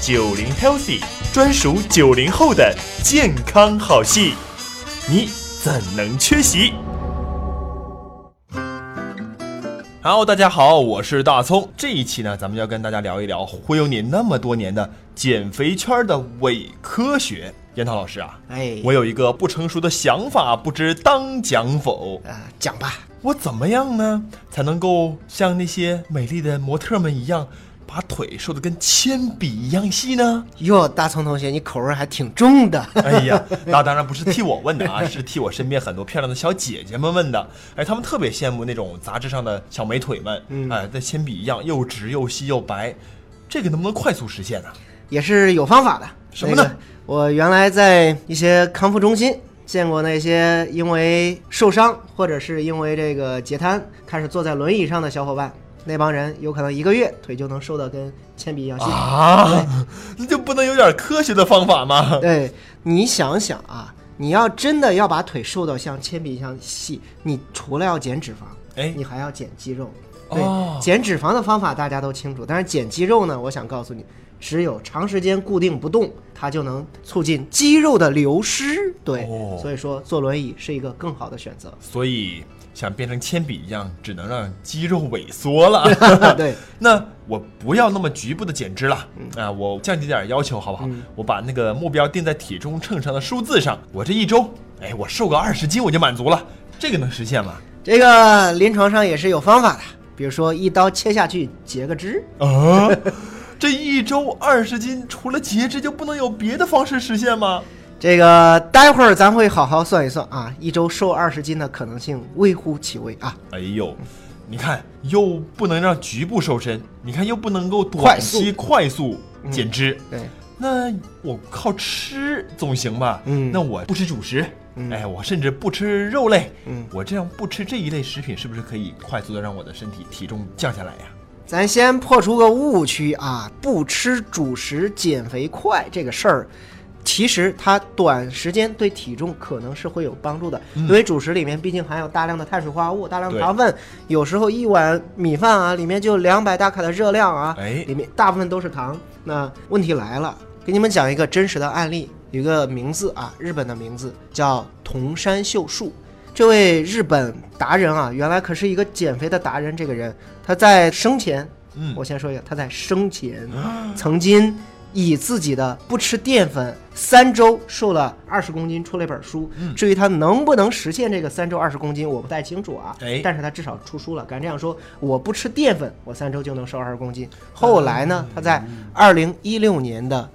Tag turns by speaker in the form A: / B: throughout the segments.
A: 九零 Healthy 专属九零后的健康好戏，你怎能缺席？Hello，大家好，我是大葱。这一期呢，咱们要跟大家聊一聊忽悠你那么多年的减肥圈的伪科学。研涛老师啊，
B: 哎，
A: 我有一个不成熟的想法，不知当讲否？
B: 啊，讲吧，
A: 我怎么样呢，才能够像那些美丽的模特们一样，把腿瘦得跟铅笔一样细呢？
B: 哟，大葱同学，你口味还挺重的。
A: 哎呀，那当然不是替我问的啊，是 替我身边很多漂亮的小姐姐们问的。哎，她们特别羡慕那种杂志上的小美腿们，
B: 嗯
A: 哎，在铅笔一样又直又细又白，这个能不能快速实现呢、
B: 也是有方法的。
A: 什么呢
B: 那个我原来在一些康复中心见过那些因为受伤或者是因为这个截瘫开始坐在轮椅上的小伙伴，那帮人有可能一个月腿就能瘦到跟铅笔一样细。
A: 啊，那就不能有点科学的方法 吗？
B: 对，你想想啊，你要真的要把腿瘦到像铅笔一样细，你除了要减脂肪，
A: 哎
B: 你还要减肌肉。对，
A: 哦
B: 减脂肪的方法大家都清楚，但是减肌肉呢，我想告诉你，只有长时间固定不动，它就能促进肌肉的流失。对，
A: 哦。
B: 所以说坐轮椅是一个更好的选择
A: 所以想变成铅笔一样，只能让肌肉萎缩了。
B: 对，
A: 那我不要那么局部的减脂了，啊、
B: 嗯
A: 我降低点要求好不好？我把那个目标定在体重秤上的数字上，我这一周，哎，我瘦个二十斤我就满足了，这个能实现吗？
B: 这个临床上也是有方法的，比如说一刀切下去截个肢。
A: 啊， 这一周二十斤，除了节制就不能有别的方式实现吗？
B: 这个待会儿咱会好好算一算啊，一周瘦二十斤的可能性微乎其微啊。
A: 哎呦，你看又不能让局部瘦身，你看又不能够短
B: 快速嗯
A: 期快速减脂，
B: 对，
A: 那我靠吃总行吧？
B: 嗯
A: 那我不吃主食，
B: 嗯
A: 哎，我甚至不吃肉类，
B: 嗯
A: 我这样不吃这一类食品，是不是可以快速的让我的身体体重降下来呀、
B: 咱先破除个误区啊，不吃主食减肥快这个事儿，其实它短时间对体重可能是会有帮助的，因为主食里面毕竟含有大量的碳水化合物、大量的
A: 对
B: 糖分，有时候一碗米饭啊，里面就两百大卡的热量啊，
A: 哎
B: 里面大部分都是糖。那问题来了，给你们讲一个真实的案例，有一个名字啊，日本的名字叫桐山秀树。这位日本达人啊，原来可是一个减肥的达人。这个人他在生前，
A: 嗯啊
B: 我先说一下，他在生前曾经以自己的不吃淀粉三周瘦了二十公斤出了一本书。
A: 嗯
B: 至于他能不能实现这个三周二十公斤，我不太清楚啊。
A: 哎
B: 但是他至少出书了，敢这样说，我不吃淀粉，我三周就能瘦二十公
A: 嗯
B: 斤。后来呢，他在二零一六年的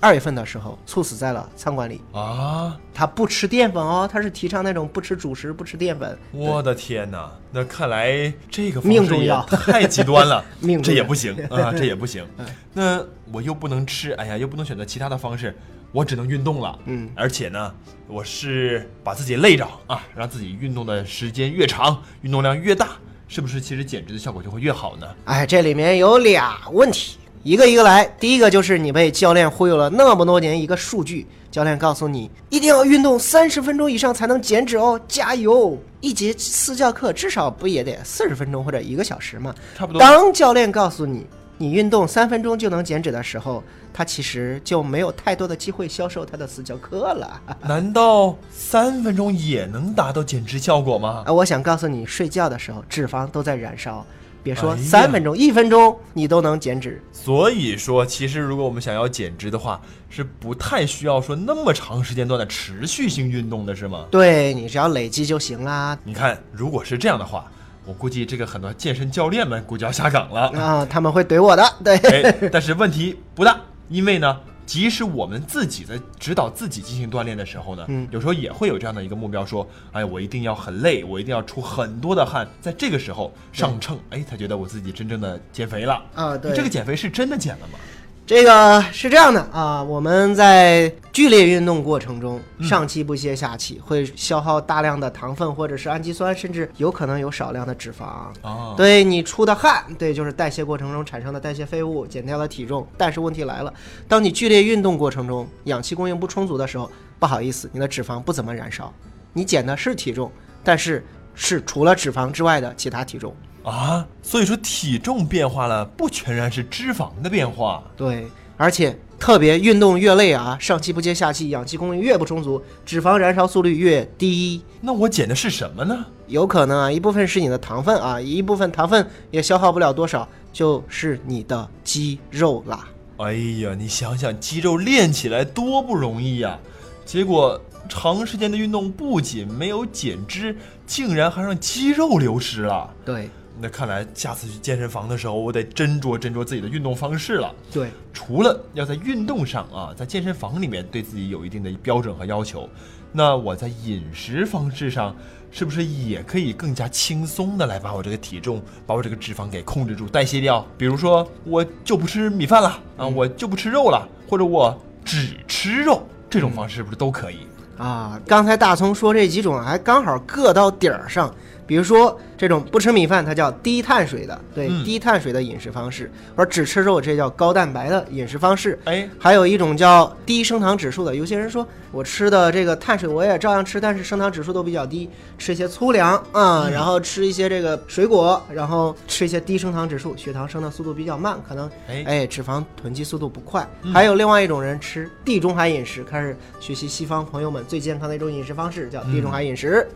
B: 二月份的时候猝死在了餐馆里。
A: 啊？
B: 他不吃淀粉哦，他是提倡那种不吃主食、不吃淀粉。
A: 我的天哪！那看来这个方
B: 命
A: 式
B: 重
A: 也
B: 要
A: 太极端了，
B: 命
A: 这
B: 重
A: 也
B: 要嗯
A: 不行 啊，这也不行。那我又不能吃，哎呀，又不能选择其他的方式，我只能运动了。
B: 嗯，
A: 而且呢，我是把自己累着啊，让自己运动的时间越长，运动量越大，是不是其实减脂的效果就会越好呢？
B: 哎，这里面有俩问题，一个一个来。第一个就是你被教练忽悠了那么多年，一个数据，教练告诉你一定要运动三十分钟以上才能减脂哦，加油！一节私教课至少不也得四十分钟或者一个小时嘛？
A: 差不多
B: 当教练告诉你你运动三分钟就能减脂的时候，他其实就没有太多的机会销售他的私教课了。
A: 难道三分钟也能达到减脂效果吗？
B: 啊，我想告诉你，睡觉的时候脂肪都在燃烧，别
A: 哎
B: 说
A: 呀
B: 三分钟，一分钟你都能减脂。
A: 所以说，其实如果我们想要减脂的话，是不太需要说那么长时间段的持续性运动的，是吗？
B: 对你只要累积就行啦。
A: 你看，如果是这样的话，我估计这个很多健身教练们估计要下岗了。
B: 啊，他们会怼我的， 对，
A: 哎，但是问题不大，因为呢，即使我们自己在指导自己进行锻炼的时候呢，
B: 嗯
A: 有时候也会有这样的一个目标，说，哎，我一定要很累，我一定要出很多的汗，在这个时候上秤，哎，才觉得我自己真正的减肥了。
B: 啊，对，
A: 这个减肥是真的减了吗？
B: 这个是这样的啊，我们在剧烈运动过程中，
A: 嗯
B: 上气不接下气，会消耗大量的糖分或者是氨基酸，甚至有可能有少量的脂肪。
A: 啊，
B: 对你出的汗，对，就是代谢过程中产生的代谢废物，减掉了体重。但是问题来了，当你剧烈运动过程中氧气供应不充足的时候，不好意思，你的脂肪不怎么燃烧，你减的是体重，但是是除了脂肪之外的其他体重。
A: 啊，所以说体重变化了，不全然是脂肪的变化。
B: 对，而且特别运动越累啊，上气不接下气，氧气供应越不充足，脂肪燃烧速率越低。
A: 那我减的是什么呢？
B: 有可能啊，一部分是你的糖分啊，一部分糖分也消耗不了多少，就是你的肌肉啦。
A: 哎呀，你想想，肌肉练起来多不容易呀、结果长时间的运动不仅没有减脂，竟然还让肌肉流失了。
B: 对
A: 那看来下次去健身房的时候，我得斟酌斟酌自己的运动方式了。
B: 对，
A: 除了要在运动上啊，在健身房里面对自己有一定的标准和要求，那我在饮食方式上是不是也可以更加轻松的来把我这个体重、把我这个脂肪给控制住、代谢掉？比如说，我就不吃米饭了啊，我就不吃肉了，或者我只吃肉，这种方式是不是都可以？
B: 啊，刚才大葱说这几种啊还刚好各到点儿上。比如说这种不吃米饭，它叫低碳水的，对，
A: 嗯
B: 低碳水的饮食方式；而只吃肉，这叫高蛋白的饮食方式。
A: 哎，
B: 还有一种叫低升糖指数的，有些人说我吃的这个碳水我也照样吃，但是升糖指数都比较低，吃一些粗粮
A: 嗯
B: 啊、然后吃一些这个水果，然后吃一些低升糖指数，血糖升的速度比较慢，可能
A: 哎
B: 哎脂肪囤积速度不快。
A: 嗯
B: 还有另外一种人吃地中海饮食，开始学习西方朋友们最健康的一种饮食方式，叫
A: 嗯
B: 地中海饮食。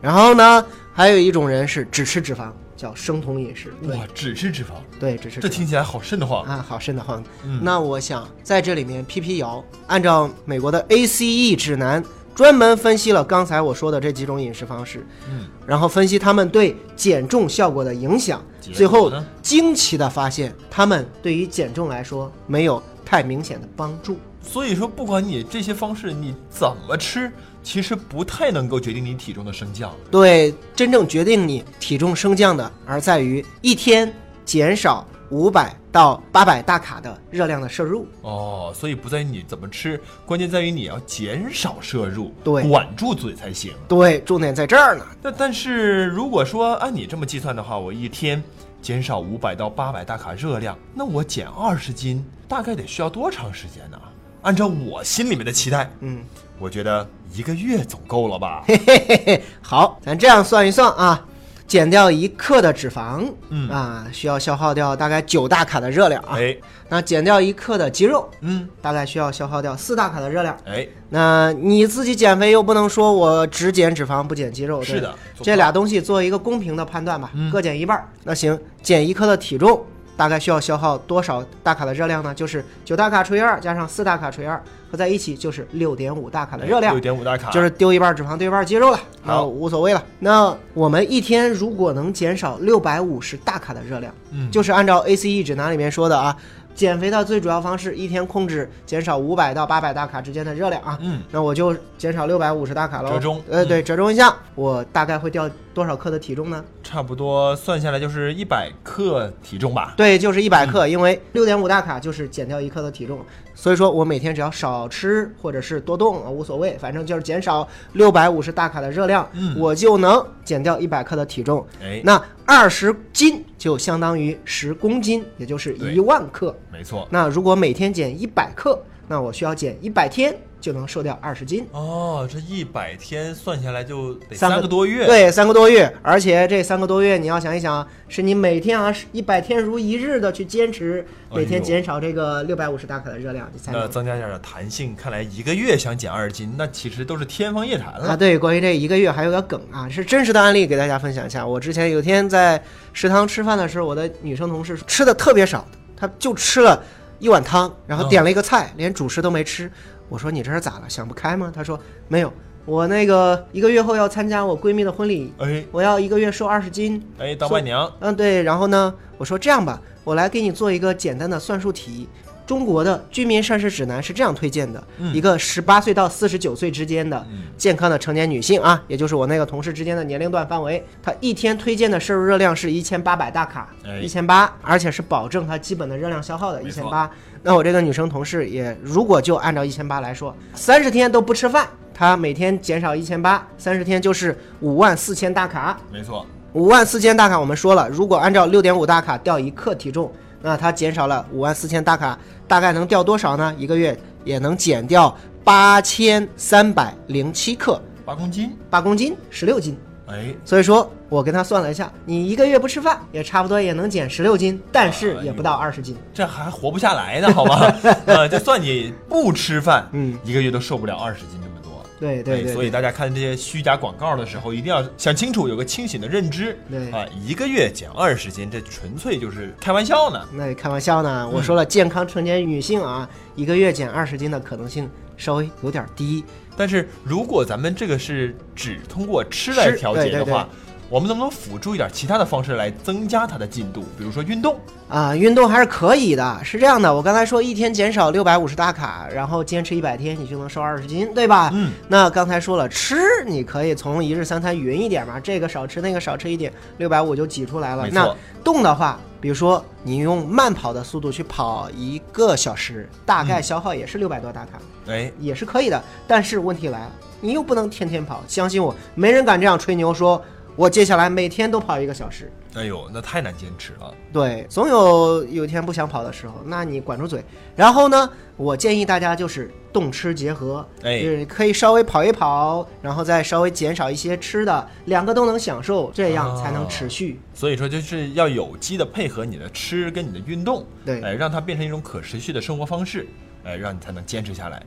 B: 然后呢，还有一种人是只吃脂肪，叫生酮饮食。对
A: 哇，只吃脂肪，
B: 对，只吃脂
A: 这
B: 肪。
A: 听起来好瘆得慌。
B: 啊，好瘆得慌。
A: 嗯
B: 那我想在这里面辟辟谣，按照美国的 ACE 指南，专门分析了刚才我说的这几种饮食方式，
A: 嗯，
B: 然后分析它们对减重效果的影响，
A: 结果
B: 最后
A: 呢
B: 惊奇的发现，它们对于减重来说没有太明显的帮助。
A: 所以说，不管你这些方式你怎么吃，其实不太能够决定你体重的升降。
B: 对，真正决定你体重升降的，而在于一天减少五百到八百大卡的热量的摄入。
A: 哦，所以不在于你怎么吃，关键在于你要减少摄入，
B: 对
A: 管住嘴才行。
B: 对，重点在这儿呢。
A: 那但是如果说按你这么计算的话，我一天减少五百到八百大卡热量，那我减二十斤大概得需要多长时间呢？按照我心里面的期待，
B: 嗯。
A: 我觉得一个月总够了吧？
B: 嘿嘿嘿， 好，咱这样算一算啊，减掉一克的脂肪，
A: 嗯
B: 啊，需要消耗掉大概九大卡的热量啊。
A: 哎，
B: 那减掉一克的肌肉，
A: 嗯，
B: 大概需要消耗掉四大卡的热量。
A: 哎，
B: 那你自己减肥又不能说我只减脂肪不减肌肉，哦对
A: 是的做不嗯
B: 这俩东西做一个公平的判断吧，各减一半儿。那行，减一克的体重大概需要消耗多少大卡的热量呢？就是九大卡除以二加上四大卡除以二，合在一起就是六点五大卡的热量
A: 哎六。点五大卡，
B: 就是丢一半脂肪，丢一半肌肉了，那
A: 啊好
B: 无所谓了。那我们一天如果能减少六百五十大卡的热量，
A: 嗯
B: 就是按照 ACE 指南里面说的啊，减肥的最主要方式一天控制减少五百到八百大卡之间的热量啊。
A: 嗯，
B: 那我就减少六百五十大卡喽，
A: 折中
B: 呃，
A: 嗯
B: 对，折中一下，我大概会掉多少克的体重呢？
A: 差不多算下来就是一百克体重吧。
B: 对，就是一
A: 嗯
B: 百克，因为六点五大卡就是减掉一克的体重，所以说我每天只要少吃或者是多动啊，无所谓，反正就是减少六百五十大卡的热量，
A: 嗯
B: 我就能减掉一百克的体重。
A: 哎，
B: 那二十斤就相当于十公斤，也就是
A: 对
B: 一万克。
A: 没错。
B: 那如果每天减一百克，那我需要减一百天就能瘦掉二十斤。
A: 哦，这一百天算下来就得
B: 三个
A: 三个多月。，呃
B: 对，三个多月，而且这三个多月你要想一想，是你每天啊一百天如一日的去坚持，
A: 哎呦
B: 每天减少这个六百五十大卡的热量，你才
A: 那
B: 能。
A: 增加点儿弹性，看来一个月想减二十斤，那其实都是天方夜谭
B: 啊，
A: 了。
B: 对，关于这一个月还有个梗啊，是真实的案例给大家分享一下。我之前有一天在食堂吃饭的时候，我的女生同事吃的特别少，她就吃了一碗汤，然后
A: 嗯
B: 点了一个菜，连主食都没吃。我说你这是咋了？想不开吗？她说没有，我那个一个月后要参加我闺蜜的婚礼，
A: 哎
B: 我要一个月瘦二十斤，
A: 哎，当伴娘，
B: 嗯，对。然后呢，我说这样吧，我来给你做一个简单的算术题。中国的居民膳食指南是这样推荐的：
A: 嗯
B: 一个十八岁到四十九岁之间的
A: 嗯
B: 健康的成年女性啊，也就是我那个同事之间的年龄段范围，她一天推荐的摄入热量是一千八百大卡，
A: 哎
B: 一千八，而且是保证她基本的热量消耗的，
A: 没
B: 一
A: 错
B: 千八。那我这个女生同事也，如果就按照一千八来说，三十天都不吃饭，她每天减少一千八，三十天就是五万四千大卡。
A: 没错，
B: 五万四千大卡，我们说了，如果按照六点五大卡掉一克体重，那它减少了五万四千大卡，大概能掉多少呢？一个月也能减掉八千三百零七克，
A: 八公斤。
B: 八公斤，十六斤。
A: 哎，
B: 所以说，我跟他算了一下，你一个月不吃饭也差不多也能减十六斤，但是
A: 哎
B: 也
A: 呦
B: 不到二十斤。
A: 这还活不下来呢，好 吗？呃，就算你不吃饭，
B: 嗯，
A: 一个月都受不了二十斤这么多。
B: 对对
A: 哎
B: 对，
A: 所以大家看这些虚假广告的时候，一定要想清楚，有个清醒的认知。
B: 对
A: 啊，一个月减二十斤，这纯粹就是开玩笑呢。
B: 那开玩笑呢，我说了，健康成年女性啊，一个月减二十斤的可能性稍微有点低。
A: 但是如果咱们这个是只通过吃来
B: 吃
A: 调节
B: 对
A: 的
B: 对
A: 话，我们能不能辅助一点其他的方式来增加它的进度？比如说运动，
B: 啊，运动还是可以的。是这样的，我刚才说一天减少六百五十大卡，然后坚持一百天，你就能瘦二十斤，对吧？
A: 嗯。
B: 那刚才说了，吃你可以从一日三餐匀一点嘛，这个少吃，那个少吃一点，六百五就挤出来了。
A: 没错
B: 那动的话，比如说你用慢跑的速度去跑一个小时，大
A: 嗯
B: 概消耗也是六百多大卡，
A: 哎，
B: 也是可以的。但是问题来了，你又不能天天跑，相信我，没人敢这样吹牛说，我接下来每天都跑一个小时。
A: 哎呦，那太难坚持了。
B: 对，总有有一天不想跑的时候，那你管住嘴。然后呢，我建议大家就是动吃结合，
A: 哎
B: 就是可以稍微跑一跑，然后再稍微减少一些吃的，两个都能享受，这样才能持续。
A: 所以说，就是要有机的配合你的吃跟你的运动，
B: 对
A: 哎，让它变成一种可持续的生活方式，哎，让你才能坚持下来。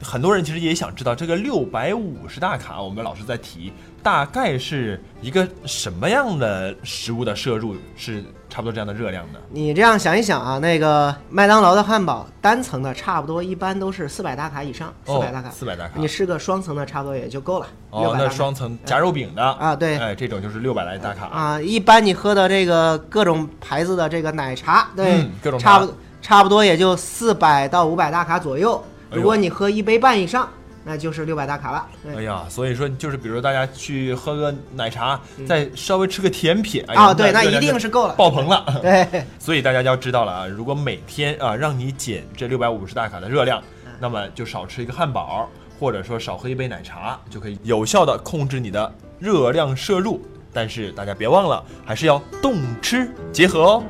A: 很多人其实也想知道这个六百五十大卡，我们老师在提，大概是一个什么样的食物的摄入是差不多这样的热量呢？
B: 你这样想一想啊，那个麦当劳的汉堡单层的差不多一般都是四百大卡以上，四百大卡。
A: 哦四百大卡
B: 你。吃个双层的差不多也就够了，
A: 哦
B: 600，大
A: 那
B: 卡
A: 双层夹肉饼的
B: 啊对
A: 哎，这种就是六百来大卡。
B: 啊，一般你喝的这个各种牌子的这个奶茶，对，
A: 嗯各种
B: 差
A: 茶
B: 不差不多也就四百到五百大卡左右。
A: 哎
B: 如
A: 呦
B: 果你喝一杯半以上，那就是六百大卡了。
A: 哎
B: 对，
A: 呀，所以说就是，比如说大家去喝个奶茶，再稍微吃个甜品，哎呀
B: 嗯啊对那
A: 热量
B: 一定
A: 就是
B: 够了
A: 爆棚了。
B: 对，
A: 所以大家要知道了啊，如果每天啊让你减这六百五十大卡的热量，
B: 嗯
A: 那么就少吃一个汉堡，或者说少喝一杯奶茶，就可以有效的控制你的热量摄入。但是大家别忘了，还是要动吃结合哦。